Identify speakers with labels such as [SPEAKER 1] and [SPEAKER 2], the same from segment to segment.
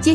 [SPEAKER 1] 接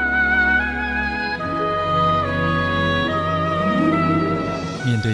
[SPEAKER 2] 面对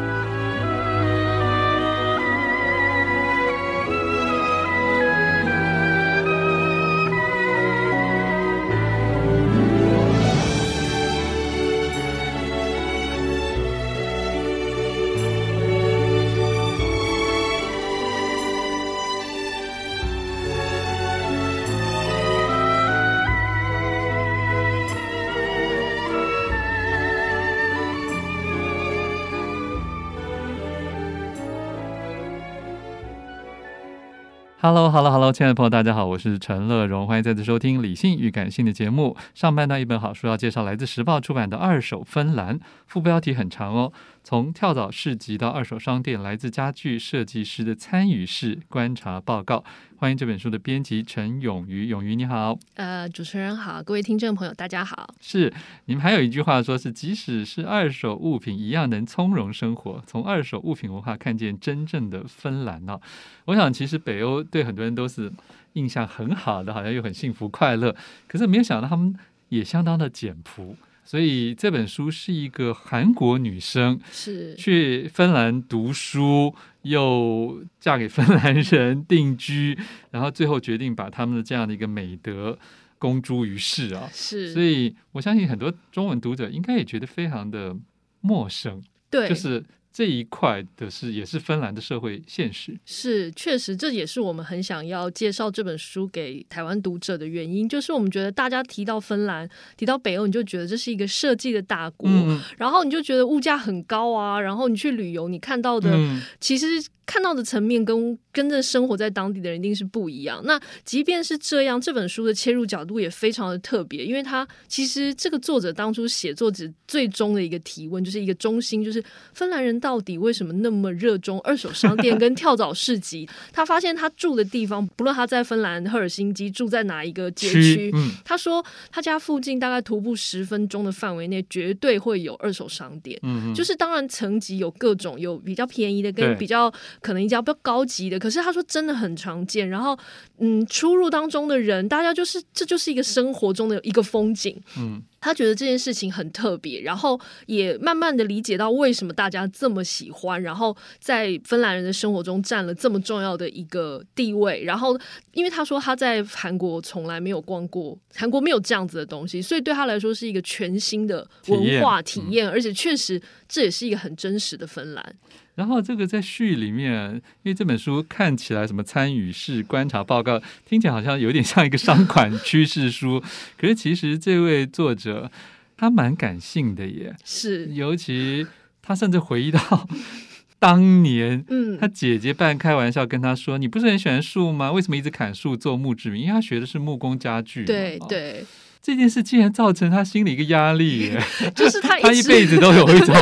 [SPEAKER 3] h e l l o h e l l o h e l l o 亲爱的朋友，大家好，我是陈乐荣，欢迎再次收听《理性与感性》的节目。上半段一本好书要介绍来自《时报》出版的《二手芬兰》，副标题很长哦，从跳蚤市集到二手商店，来自家具设计师的参与式观察报告。欢迎这本书的编辑陈永瑜，永瑜你好，
[SPEAKER 4] 呃，主持人好，各位听众朋友，大家好。
[SPEAKER 3] 是你们还有一句话说是，即使是二手物品，一样能从容生活。从二手物品文化看见真正的芬兰哦。我想，其实北欧对很多人都是印象很好的，好像又很幸福快乐。可是没有想到，他们也相当的简朴。所以这本书是一个韩国女生
[SPEAKER 4] 是
[SPEAKER 3] 去芬兰读书，又嫁给芬兰人定居，然后最后决定把他们的这样的一个美德公诸于世啊。
[SPEAKER 4] 是，
[SPEAKER 3] 所以我相信很多中文读者应该也觉得非常的陌生，
[SPEAKER 4] 对，
[SPEAKER 3] 就是这一块的是也是芬兰的社会现实。
[SPEAKER 4] 是，确实，这也是我们很想要介绍这本书给台湾读者的原因，就是我们觉得大家提到芬兰、提到北欧，你就觉得这是一个设计的大国，
[SPEAKER 3] 嗯
[SPEAKER 4] 然后你就觉得物价很高啊，然后你去旅游，你看到的、
[SPEAKER 3] 嗯，
[SPEAKER 4] 其实看到的层面跟真正生活在当地的人一定是不一样。那即便是这样，这本书的切入角度也非常的特别，因为它其实这个作者当初写作者最终的一个提问，就是一个中心，就是芬兰人到底为什么那么热衷二手商店跟跳蚤市集？他发现他住的地方，不论他在芬兰赫尔辛基住在哪一个街区，
[SPEAKER 3] 嗯
[SPEAKER 4] 他说他家附近大概徒步十分钟的范围内，绝对会有二手商店。
[SPEAKER 3] 嗯，
[SPEAKER 4] 就是是当然层级有各种，有比较便宜的
[SPEAKER 3] 对
[SPEAKER 4] 跟比较可能一家比较高级的，可是他说真的很常见。然后嗯，出入当中的人，大家就是这就是一个生活中的一个风景。
[SPEAKER 3] 嗯
[SPEAKER 4] 他觉得这件事情很特别，然后也慢慢的理解到为什么大家这么喜欢，然后在芬兰人的生活中占了这么重要的一个地位。然后，因为他说他在韩国从来没有逛过，韩国没有这样子的东西，所以对他来说是一个全新的文化
[SPEAKER 3] 体
[SPEAKER 4] 体
[SPEAKER 3] 验
[SPEAKER 4] 验，而且确实这也是一个很真实的芬兰。
[SPEAKER 3] 然后这个在序里面，因为这本书看起来什么参与式观察报告，听起来好像有点像一个商管趋势书，可是其实这位作者他蛮感性的耶，
[SPEAKER 4] 是，
[SPEAKER 3] 尤其他甚至回忆到 当年
[SPEAKER 4] 嗯
[SPEAKER 3] 他，姐姐半开玩笑跟他说：“你不是很喜欢树吗？为什么一直砍树做木制品？因为他学的是木工家具嘛。
[SPEAKER 4] 对
[SPEAKER 3] 哦
[SPEAKER 4] 对，
[SPEAKER 3] 这件事竟然造成他心里一个压 力 耶，
[SPEAKER 4] 就是他
[SPEAKER 3] 他一
[SPEAKER 4] 直
[SPEAKER 3] 辈子都有一种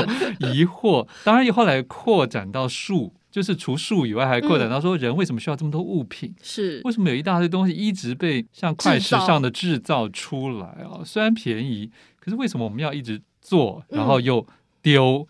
[SPEAKER 3] 疑惑。当然，后来扩展到树，就是除树以外，还扩展到说人为什么需要这么多物品？
[SPEAKER 4] 是
[SPEAKER 3] 为什么有一大堆东西一直被像快时尚的制造出来啊？虽然便宜，可是为什么我们要一直做，
[SPEAKER 4] 嗯
[SPEAKER 3] 然后又丢？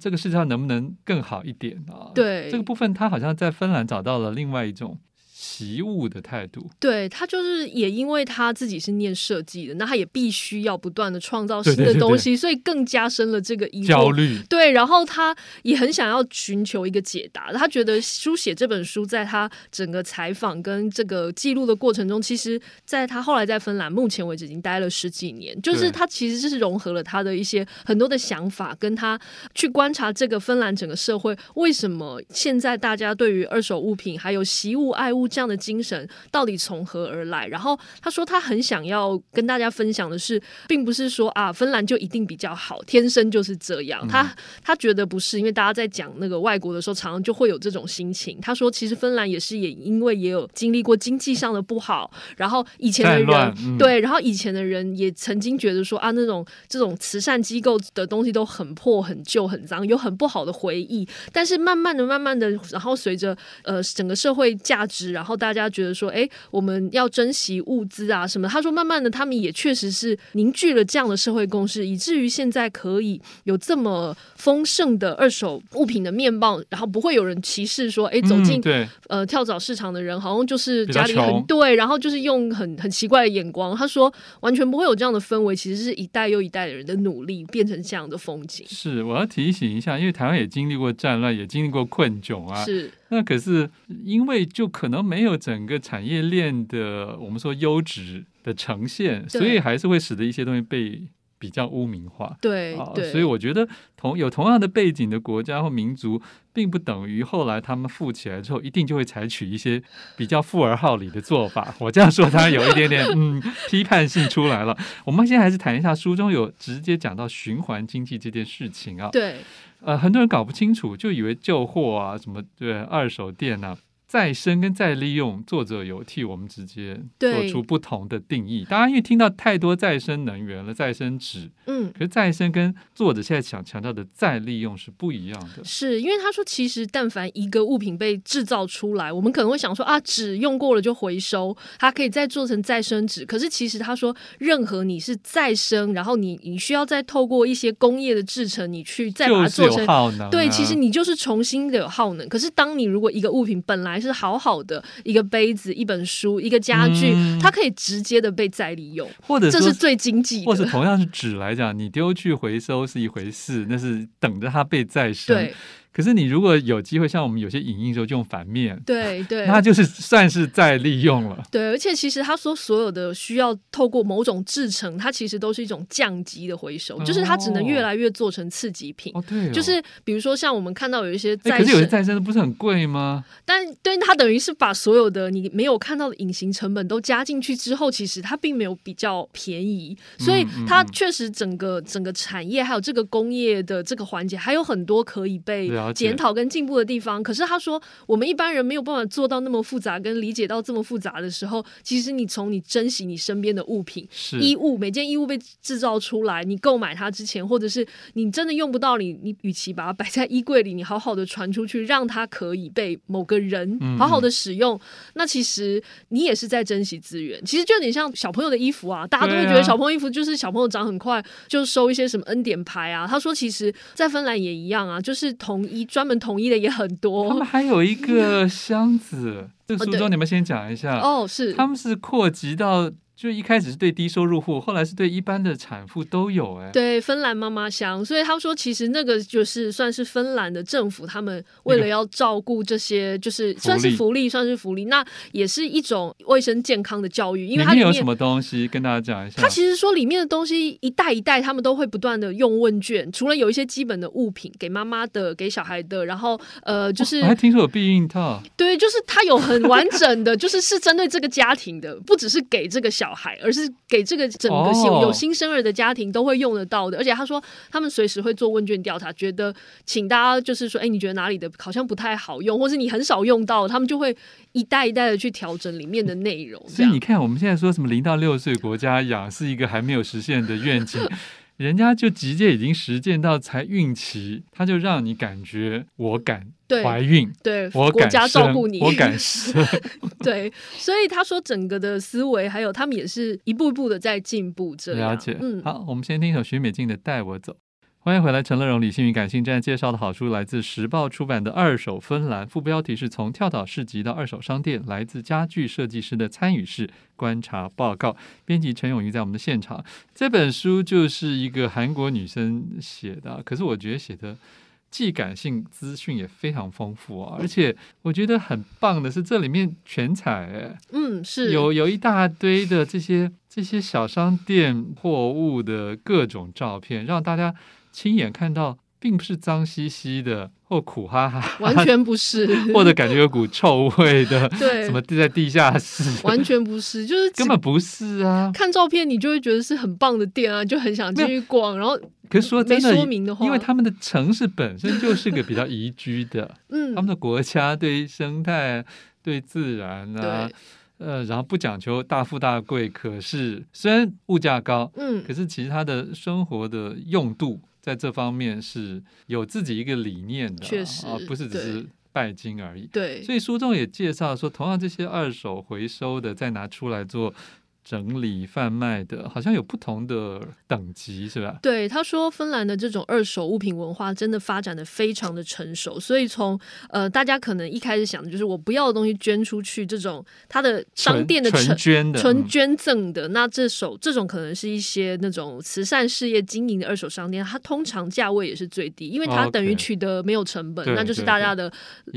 [SPEAKER 3] 这个世界上能不能更好一点啊？
[SPEAKER 4] 对
[SPEAKER 3] 这个部分，他好像在芬兰找到了另外一种习物的态度。
[SPEAKER 4] 对他就是也因为他自己是念设计的，那他也必须要不断的创造新
[SPEAKER 3] 对对
[SPEAKER 4] 的
[SPEAKER 3] 对
[SPEAKER 4] 东西，所以更加深了这个疑惑。
[SPEAKER 3] 焦虑，
[SPEAKER 4] 对，然后他也很想要寻求一个解答。他觉得书写这本书，在他整个采访跟这个记录的过程中，其实在他后来在芬兰，目前为止已经待了十几年，就
[SPEAKER 3] 对
[SPEAKER 4] 是他其实就是融合了他的一些很多的想法，跟他去观察这个芬兰整个社会为什么现在大家对于二手物品还有习物爱物这样的精神到底从何而来？然后他说他很想要跟大家分享的是，并不是说啊芬兰就一定比较好，天生就是这样。他他觉得不是，因为大家在讲那个外国的时候，常常就会有这种心情。他说其实芬兰也是也因为也有经历过经济上的不好，然后以前的
[SPEAKER 3] 战乱
[SPEAKER 4] 人、
[SPEAKER 3] 嗯
[SPEAKER 4] 对，然后以前的人也曾经觉得说啊那种这种慈善机构的东西都很破、很旧、很脏，有很不好的回忆。但是慢慢的、慢慢的，然后随着呃整个社会价值，然后大家觉得说，哎，我们要珍惜物资啊什么。他说，慢慢的，他们也确实是凝聚了这样的社会共识，以至于现在可以有这么丰盛的二手物品的面貌，然后不会有人歧视说，哎，走进、
[SPEAKER 3] 嗯、对
[SPEAKER 4] 呃跳蚤市场的人好像就是
[SPEAKER 3] 比较
[SPEAKER 4] 家里很
[SPEAKER 3] 穷
[SPEAKER 4] 对，然后就是用很很奇怪的眼光。他说，完全不会有这样的氛围，其实是一代又一代的人的努力变成这样的风景。
[SPEAKER 3] 是我要提醒一下，因为台湾也经历过战乱，也经历过困窘啊，
[SPEAKER 4] 是，
[SPEAKER 3] 那可是因为就可能没有整个产业链的我们说优质的呈现，所以还是会使得一些东西被比较污名化。
[SPEAKER 4] 对
[SPEAKER 3] 啊，
[SPEAKER 4] 对，
[SPEAKER 3] 所以我觉得同有同样的背景的国家或民族，并不等于后来他们富起来之后，一定就会采取一些比较富而好礼的做法。我这样说，当然有一点点嗯批判性出来了。我们现在还是谈一下书中有直接讲到循环经济这件事情啊。
[SPEAKER 4] 对。
[SPEAKER 3] 呃，很多人搞不清楚，就以为旧货啊，什么对二手店啊。再生跟再利用，作者有替我们直接做
[SPEAKER 4] 对
[SPEAKER 3] 出不同的定义。当然，因为听到太多再生能源了，再生纸，
[SPEAKER 4] 嗯
[SPEAKER 3] 可是再生跟作者现在想强调的再利用是不一样的，。
[SPEAKER 4] 是因为他说，其实但凡一个物品被制造出来，我们可能会想说啊，纸用过了就回收，它可以再做成再生纸。可是其实他说，任何你是再生，然后你你需要再透过一些工业的制成，你去再把
[SPEAKER 3] 就
[SPEAKER 4] 它
[SPEAKER 3] 是
[SPEAKER 4] 做
[SPEAKER 3] 有
[SPEAKER 4] 成
[SPEAKER 3] 耗能啊、
[SPEAKER 4] 对，其实你就是重新的有耗能。可是当你如果一个物品本来是好好的，一个杯子、一本书、一个家具，
[SPEAKER 3] 嗯
[SPEAKER 4] 它可以直接的被再利用，
[SPEAKER 3] 或者
[SPEAKER 4] 这
[SPEAKER 3] 说
[SPEAKER 4] 是最经济
[SPEAKER 3] 或者
[SPEAKER 4] 的。
[SPEAKER 3] 同样是纸来讲，你丢去回收是一回事，那是等着它被再生。
[SPEAKER 4] 对，
[SPEAKER 3] 可是你如果有机会，像我们有些影印的时候就用反面，
[SPEAKER 4] 对对，
[SPEAKER 3] 那就是算是再利用了。
[SPEAKER 4] 对，而且其实他说所有的需要透过某种制成，它其实都是一种降级的回收，就是它只能越来越做成次级品。
[SPEAKER 3] 哦，对哦
[SPEAKER 4] 就是比如说像我们看到有一些
[SPEAKER 3] 哎，
[SPEAKER 4] 再
[SPEAKER 3] 可是有些
[SPEAKER 4] 生，
[SPEAKER 3] 再生的不是很贵吗？
[SPEAKER 4] 但对它等于是把所有的你没有看到的隐形成本都加进去之后，其实它并没有比较便宜，所以
[SPEAKER 3] 嗯嗯
[SPEAKER 4] 它
[SPEAKER 3] 嗯
[SPEAKER 4] 确实整个整个产业还有这个工业的这个环节还有很多可以被
[SPEAKER 3] 了解
[SPEAKER 4] 检讨跟进步的地方。可是他说，我们一般人没有办法做到那么复杂跟理解到这么复杂的时候，其实你从你珍惜你身边的物品。
[SPEAKER 3] 是
[SPEAKER 4] 衣物，每件衣物被制造出来，你购买它之前，或者是你真的用不到你，你与其把它摆在衣柜里，你好好的传出去，让它可以被某个人
[SPEAKER 3] 嗯
[SPEAKER 4] 好好的使用，那其实你也是在珍惜资源。其实就有点像小朋友的衣服啊，大家都会
[SPEAKER 3] 对啊
[SPEAKER 4] 觉得小朋友衣服就是小朋友长很快，就收一些什么恩典牌啊。他说，其实，在芬兰也一样啊，就是统一专门统一的也很
[SPEAKER 3] 他们
[SPEAKER 4] 多。
[SPEAKER 3] 还有一个箱子，这个
[SPEAKER 4] 嗯哦
[SPEAKER 3] 书
[SPEAKER 4] 对
[SPEAKER 3] 中你们先讲一下。
[SPEAKER 4] 哦，是
[SPEAKER 3] 他们是扩及到，就一开始是对低收入户，后来是对一般的产妇都有、哎，
[SPEAKER 4] 对，芬兰妈妈香，所以他说，其实那个就是算是芬兰的政府，他们为了要照顾这些，就是算是福利，算是福利，那也是一种卫生健康的教育，因为它
[SPEAKER 3] 里
[SPEAKER 4] 里
[SPEAKER 3] 面有
[SPEAKER 4] 面
[SPEAKER 3] 什么啊东西跟大家讲一下？
[SPEAKER 4] 他其实说里面的东西一代一代，他们都会不断的用问卷，除了有一些基本的物品给妈妈的、给小孩的，然后呃，就是、
[SPEAKER 3] 哦我还听说有避孕套，
[SPEAKER 4] 对，就是它有很完整的，就是是针对这个家庭的，不只是给这个小孩，而是给这个整个新
[SPEAKER 3] 哦
[SPEAKER 4] 有新生儿的家庭都会用得到的。而且他说，他们随时会做问卷调查，觉得请大家就是说，哎，你觉得哪里的好像不太好用，或是你很少用到，他们就会一代一代的去调整里面的内容。这
[SPEAKER 3] 所以
[SPEAKER 4] 样
[SPEAKER 3] 你看我们现在说什么零到六岁国家养是一个还没有实现的愿 景。人家就直接已经实践到才孕期，他就让你感觉我敢
[SPEAKER 4] 对
[SPEAKER 3] 怀孕，
[SPEAKER 4] 对，
[SPEAKER 3] 我
[SPEAKER 4] 国
[SPEAKER 3] 敢
[SPEAKER 4] 家照
[SPEAKER 3] 生
[SPEAKER 4] 顾你，
[SPEAKER 3] 我敢生，
[SPEAKER 4] 对，所以他说整个的思维还有他们也是一步一步的在进步，这样
[SPEAKER 3] 了解。
[SPEAKER 4] 嗯，
[SPEAKER 3] 好，我们先听一首徐美静的《带我走》。欢迎回来，陈乐荣理性与感性站介绍的好书来自时报出版的《二手芬兰》，副标题是从跳蚤市集到二手商店，来自家具设计师的参与式观察报告。编辑陈永瑜在我们的现场。这本书就是一个韩国女生写的啊，可是我觉得写的既感性，资讯也非常丰富啊，而且我觉得很棒的是这里面全彩、哎
[SPEAKER 4] 嗯，是
[SPEAKER 3] 有有一大堆的这些这些小商店货物的各种照片，让大家亲眼看到并不是脏兮兮的或苦哈哈，
[SPEAKER 4] 完全不是，
[SPEAKER 3] 或者感觉有股臭味的，
[SPEAKER 4] 对
[SPEAKER 3] 什，么地在地下室，
[SPEAKER 4] 完全不是，就是
[SPEAKER 3] 根本不是啊。
[SPEAKER 4] 看照片，你就会觉得是很棒的店啊，就很想进去逛。然后，
[SPEAKER 3] 可是说真的，
[SPEAKER 4] 没说明的话
[SPEAKER 3] 因为他们的城市本身就是个比较宜居 的，
[SPEAKER 4] 嗯
[SPEAKER 3] 他，们的国家对生态、对自然啊
[SPEAKER 4] 对，，
[SPEAKER 3] 呃，然后不讲求大富大贵，可是虽然物价高，
[SPEAKER 4] 嗯
[SPEAKER 3] 可，是其实他的生活的用度在这方面是有自己一个理念的啊，
[SPEAKER 4] 确实
[SPEAKER 3] 啊，不是只是
[SPEAKER 4] 对
[SPEAKER 3] 拜金而已。
[SPEAKER 4] 对，
[SPEAKER 3] 所以书中也介绍说，同样这些二手回收的，再拿出来做整理贩卖的，好像有不同的等级，是吧？
[SPEAKER 4] 对，他说芬兰的这种二手物品文化真的发展的非常的成熟，所以从呃大家可能一开始想的就是我不要的东西捐出去，这种它的商
[SPEAKER 3] 纯
[SPEAKER 4] 店的成
[SPEAKER 3] 纯捐的，
[SPEAKER 4] 纯
[SPEAKER 3] 嗯
[SPEAKER 4] 捐赠的，那这手这种可能是一些那种慈善事业经营的二手商店，它通常价位也是最低，因为它
[SPEAKER 3] 哦 OK
[SPEAKER 4] 等于取得没有成本，
[SPEAKER 3] 对
[SPEAKER 4] 那就是
[SPEAKER 3] 对
[SPEAKER 4] 大家的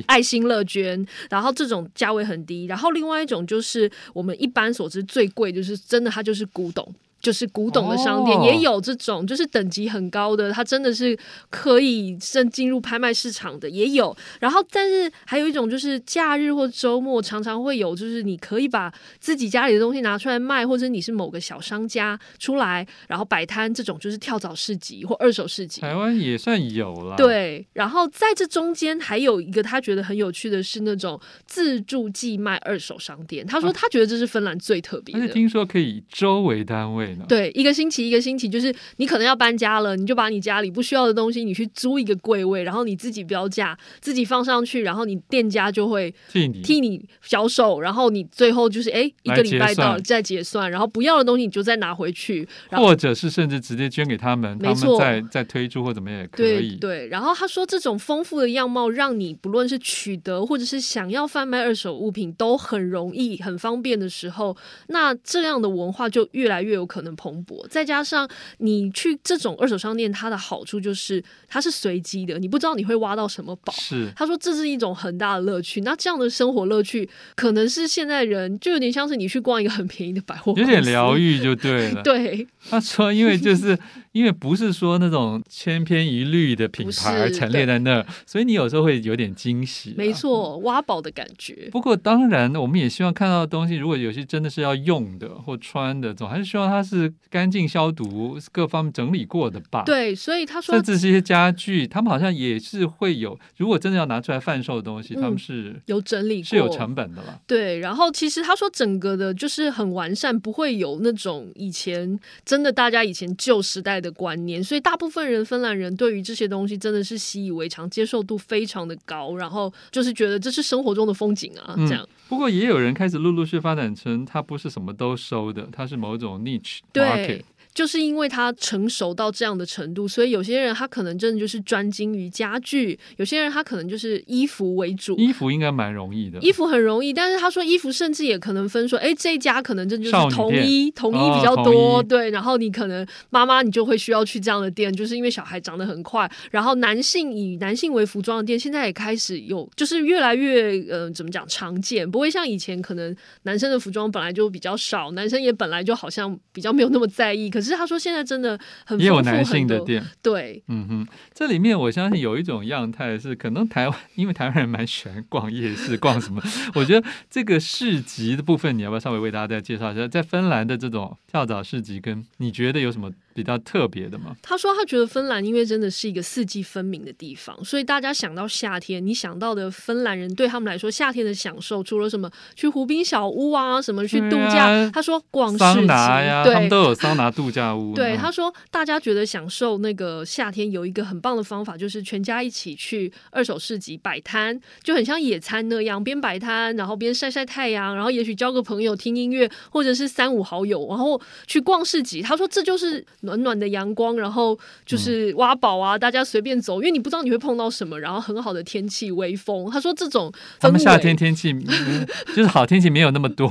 [SPEAKER 4] 爱心乐捐，然后这种价位很低，然后另外一种就是我们一般所知最贵，就是真的它就是古董。就是古董的商店、
[SPEAKER 3] 哦
[SPEAKER 4] 也有这种，就是等级很高的，它真的是可以甚进入拍卖市场的也有。然后，但是还有一种就是假日或周末常常会有，就是你可以把自己家里的东西拿出来卖，或者你是某个小商家出来，然后摆摊，这种就是跳蚤市集或二手市集。
[SPEAKER 3] 台湾也算有了，，
[SPEAKER 4] 对，然后在这中间还有一个他觉得很有趣的是那种自助寄卖二手商店，他说
[SPEAKER 3] 啊
[SPEAKER 4] 他觉得这是芬兰最特别
[SPEAKER 3] 而且
[SPEAKER 4] 的。
[SPEAKER 3] 听说可以以州为单位呢。
[SPEAKER 4] 对，一个星期一个星期，就是你可能要搬家了，你就把你家里不需要的东西，你去租一个柜位，然后你自己标价，自己放上去，然后你店家就会
[SPEAKER 3] 替你
[SPEAKER 4] 替你销售，然后你最后就是哎一
[SPEAKER 3] 来
[SPEAKER 4] 个礼
[SPEAKER 3] 结
[SPEAKER 4] 拜
[SPEAKER 3] 算
[SPEAKER 4] 到了再结算，然后不要的东西你就再拿回去，然后
[SPEAKER 3] 或者是甚至直接捐给他们，
[SPEAKER 4] 没
[SPEAKER 3] 他们
[SPEAKER 4] 错
[SPEAKER 3] 再再推出或怎么样也可
[SPEAKER 4] 对
[SPEAKER 3] 以。
[SPEAKER 4] 对，然后他说这种丰富的样貌，让你不论是取得或者是想要贩卖二手物品都很容易、很方便的时候，那这样的文化就越来越有可能蓬勃。再加上你去这种二手商店，它的好处就是它是随机的，你不知道你会挖到什么宝。
[SPEAKER 3] 是
[SPEAKER 4] 他说这是一种很大的乐趣。那这样的生活乐趣，可能是现在人就有点像是你去逛一个很便宜的百货，
[SPEAKER 3] 有点疗。愈就对啊了。
[SPEAKER 4] 对，
[SPEAKER 3] 他说，因为就是 因为不是说那种千篇一律的品
[SPEAKER 4] 不
[SPEAKER 3] 牌
[SPEAKER 4] 是
[SPEAKER 3] 陈列在那儿，所以你有时候会有点惊喜、啊
[SPEAKER 4] 没。错，挖宝的感觉。
[SPEAKER 3] 不过当然，我们也希望看到的东西，如果有些真的是要用的或穿的，总还是希望它是干净消毒、各方面整理过的吧。。
[SPEAKER 4] 对，所以他说
[SPEAKER 3] 甚至这些家具，他们好像也是会有，如果真的要拿出来贩售的东西，他们
[SPEAKER 4] 嗯
[SPEAKER 3] 是
[SPEAKER 4] 有整理过，
[SPEAKER 3] 是有成本的啦。
[SPEAKER 4] 对。然后其实他说整个的就是很完善，不会有那种以前真的大家以前旧时代的观念，所以大部分人芬兰人对于这些东西真的是习以为常，接受度非常的高，然后就是觉得这是生活中的风景啊，
[SPEAKER 3] 嗯
[SPEAKER 4] 这样
[SPEAKER 3] 不过也有人开始陆陆续发展成，它不是什么都收的，它是某种 niche
[SPEAKER 4] 对。
[SPEAKER 3] market。
[SPEAKER 4] 就是因为它成熟到这样的程度，所以有些人他可能真的就是专精于家具，有些人他可能就是衣服为主。
[SPEAKER 3] 衣服应该蛮容易的，
[SPEAKER 4] 衣服很容易，但是他说衣服甚至也可能分说，哎，这一家可能这就是
[SPEAKER 3] 少女
[SPEAKER 4] 同
[SPEAKER 3] 店
[SPEAKER 4] 一同
[SPEAKER 3] 哦
[SPEAKER 4] 一比较
[SPEAKER 3] 同
[SPEAKER 4] 多，
[SPEAKER 3] 一
[SPEAKER 4] 对。然后你可能妈妈你就会需要去这样的店，就是因为小孩长得很快。然后男性以男性为服装的店，现在也开始有，就是越来越呃怎么讲常见，不会像以前可能男生的服装本来就比较少，男生也本来就好像比较没有那么在意。可是他说现在真的很
[SPEAKER 3] 也有
[SPEAKER 4] 丰富
[SPEAKER 3] 男
[SPEAKER 4] 很
[SPEAKER 3] 性的
[SPEAKER 4] 多，
[SPEAKER 3] 店。
[SPEAKER 4] 对，
[SPEAKER 3] 嗯哼，这里面我相信有一种样态是，可能台湾因为台湾人蛮喜欢逛夜市，逛 什么？我觉得这个市集的部分，你要不要稍微为大家再介绍一下？在芬兰的这种跳蚤市集，跟你觉得有什么比较特别的吗？
[SPEAKER 4] 他说他觉得芬兰因为真的是一个四季分明的地方，所以大家想到夏天，你想到的芬兰人对他们来说，夏天的享受除了什么去湖滨小屋啊，什么去度假，
[SPEAKER 3] 对啊
[SPEAKER 4] 他说逛市
[SPEAKER 3] 桑
[SPEAKER 4] 集，
[SPEAKER 3] 拿呀，他们
[SPEAKER 4] 对。
[SPEAKER 3] 都有桑拿度假屋。
[SPEAKER 4] 对，
[SPEAKER 3] 嗯
[SPEAKER 4] 他说大家觉得享受那个夏天有一个很棒的方法，就是全家一起去二手市集摆摊，就很像野餐那样，边摆摊然后边晒晒太阳，然后也许交个朋友听音乐，或者是三五好友，然后去逛市集。他说这就是暖暖的阳光，然后就是
[SPEAKER 3] 嗯
[SPEAKER 4] 挖宝啊，大家随便走，因为你不知道你会碰到什么，然后很好的天气、微风。他说这种
[SPEAKER 3] 他
[SPEAKER 4] 氛
[SPEAKER 3] 们
[SPEAKER 4] 围，
[SPEAKER 3] 夏天天气、 嗯就是好天气没有那么多，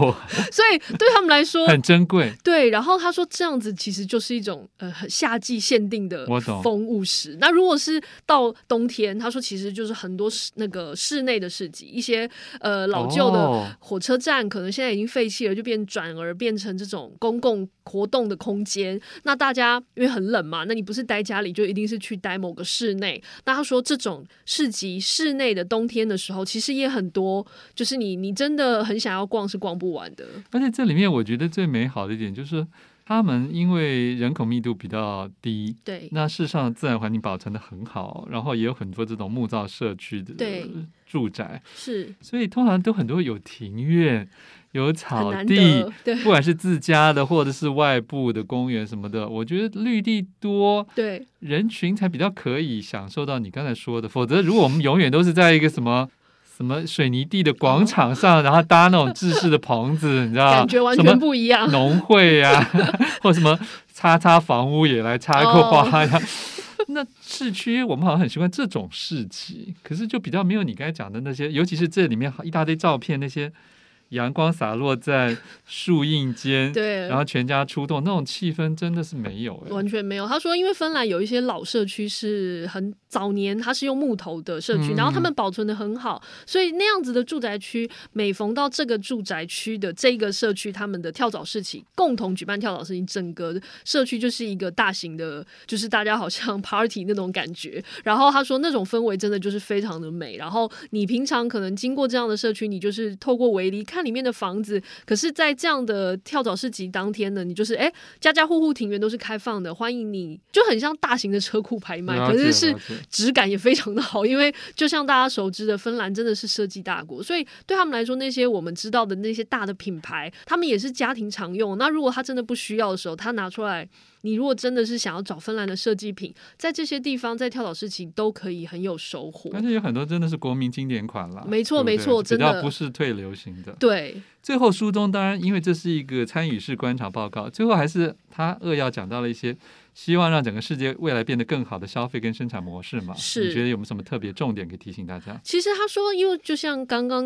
[SPEAKER 4] 所以对他们来说，
[SPEAKER 3] 很珍贵。
[SPEAKER 4] 对，然后他说这样子其实就是一种呃很夏季限定的
[SPEAKER 3] 我懂
[SPEAKER 4] 风物食。那如果是到冬天，他说其实就是很多市那个室内的市集，一些呃老旧
[SPEAKER 3] 哦
[SPEAKER 4] 的火车站，可能现在已经废弃了，就变转而变成这种公共活动的空间。那大家因为很冷嘛，那你不是待家里，就一定是去待某个室内。那他说这种市集室内的冬天的时候，其实也很多，就是你你真的很想要逛是逛不完的。
[SPEAKER 3] 而且这里面我觉得最美好的一点就是，他们因为人口密度比较低，
[SPEAKER 4] 对，
[SPEAKER 3] 那世上自然环境保存的很好，然后也有很多这种木造社区的
[SPEAKER 4] 对
[SPEAKER 3] 住宅，
[SPEAKER 4] 是
[SPEAKER 3] 所以通常都很多有庭院、有
[SPEAKER 4] 很
[SPEAKER 3] 草
[SPEAKER 4] 难
[SPEAKER 3] 地
[SPEAKER 4] 得，，对
[SPEAKER 3] 不管是自家的或者是外部的公园什么的，我觉得绿地多，
[SPEAKER 4] 对
[SPEAKER 3] 人群才比较可以享受到你刚才说的。否则，如果我们永远都是在一个什么。什么水泥地的广场上，然后搭那种制式的棚子，你知道
[SPEAKER 4] 哦感觉完
[SPEAKER 3] 啊什么
[SPEAKER 4] 全不一 样。
[SPEAKER 3] 农会呀、或什么叉叉房屋也来插
[SPEAKER 4] 哦
[SPEAKER 3] 个花呀。 那市区我们好像很习惯这种市集，可是就比较没有你刚才讲的那些，尤其是这里面一大堆照片，那些阳光洒落在树荫间，
[SPEAKER 4] 对，
[SPEAKER 3] 然后全家出动那种气氛真的是没有哎、
[SPEAKER 4] 完全没有。他说，因为芬兰有一些老社区是很早年，它是用木头的社区，
[SPEAKER 3] 嗯
[SPEAKER 4] 然后他们保存的很好，所以那样子的住宅区，每逢到这个住宅区的这个社区，他们的跳蚤市集共同举办跳蚤市集，整个社区就是一个大型的，就是大家好像 party 那种感觉。然后他说，那种氛围真的就是非常的美。然后你平常可能经过这样的社区，你就是透过围篱看里面的房子，可是，在这样的跳蚤市集当天呢，你就是哎，诶家家户户庭园都是开放的，欢迎你，就很像大型的车库拍卖，
[SPEAKER 3] 了
[SPEAKER 4] 可
[SPEAKER 3] 解
[SPEAKER 4] 是是
[SPEAKER 3] 了解
[SPEAKER 4] 质感也非常的好。因为就像大家熟知的，芬兰真的是设计大国，所以对他们来说，那些我们知道的那些大的品牌，他们也是家庭常用。那如果他真的不需要的时候，他拿出来。你如果真的是想要找芬兰的设计品，在这些地方，在跳蚤市集都可以很有收获。
[SPEAKER 3] 而且有很多真的是国民经典款啦，
[SPEAKER 4] 没错
[SPEAKER 3] 对不对
[SPEAKER 4] 没错
[SPEAKER 3] 比较
[SPEAKER 4] 真的
[SPEAKER 3] 不是退流行的。
[SPEAKER 4] 对，
[SPEAKER 3] 最后书中当然，因为这是一个参与式观察报告，最后还是他扼要讲到了一些希望让整个世界未来变得更好的消费跟生产模式嘛。
[SPEAKER 4] 是
[SPEAKER 3] 你觉得有没有什么特别重点可以提醒大家？
[SPEAKER 4] 其实他说，因为就像刚刚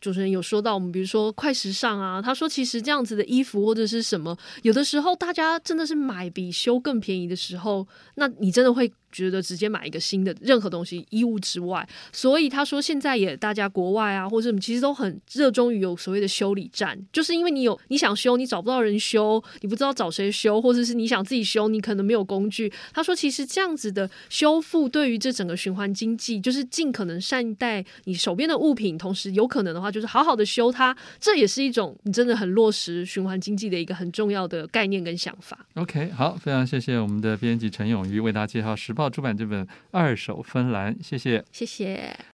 [SPEAKER 4] 主持人有说到，我们比如说快时尚啊，他说其实这样子的衣服或者是什么，有的时候大家真的是买比修更便宜的时候，那你真的会觉得直接买一个新的任何东西，衣物之外。所以他说现在也大家国外啊或者什么，其实都很热衷于有所谓的修理站，就是因为你有你想修，你找不到人修，你不知道找谁修，或者是你想自己修，你可能没有工具。他说其实这样子的修复对于这整个循环经济，就是尽可能善待你手边的物品，同时有可能的话就是好好的修它，这也是一种你真的很落实循环经济的一个很重要的概念跟想法。
[SPEAKER 3] OK，好，非常谢谢我们的编辑陈永瑜为大家介绍《时报》出版这本《二手芬兰》，谢谢。
[SPEAKER 4] 谢谢。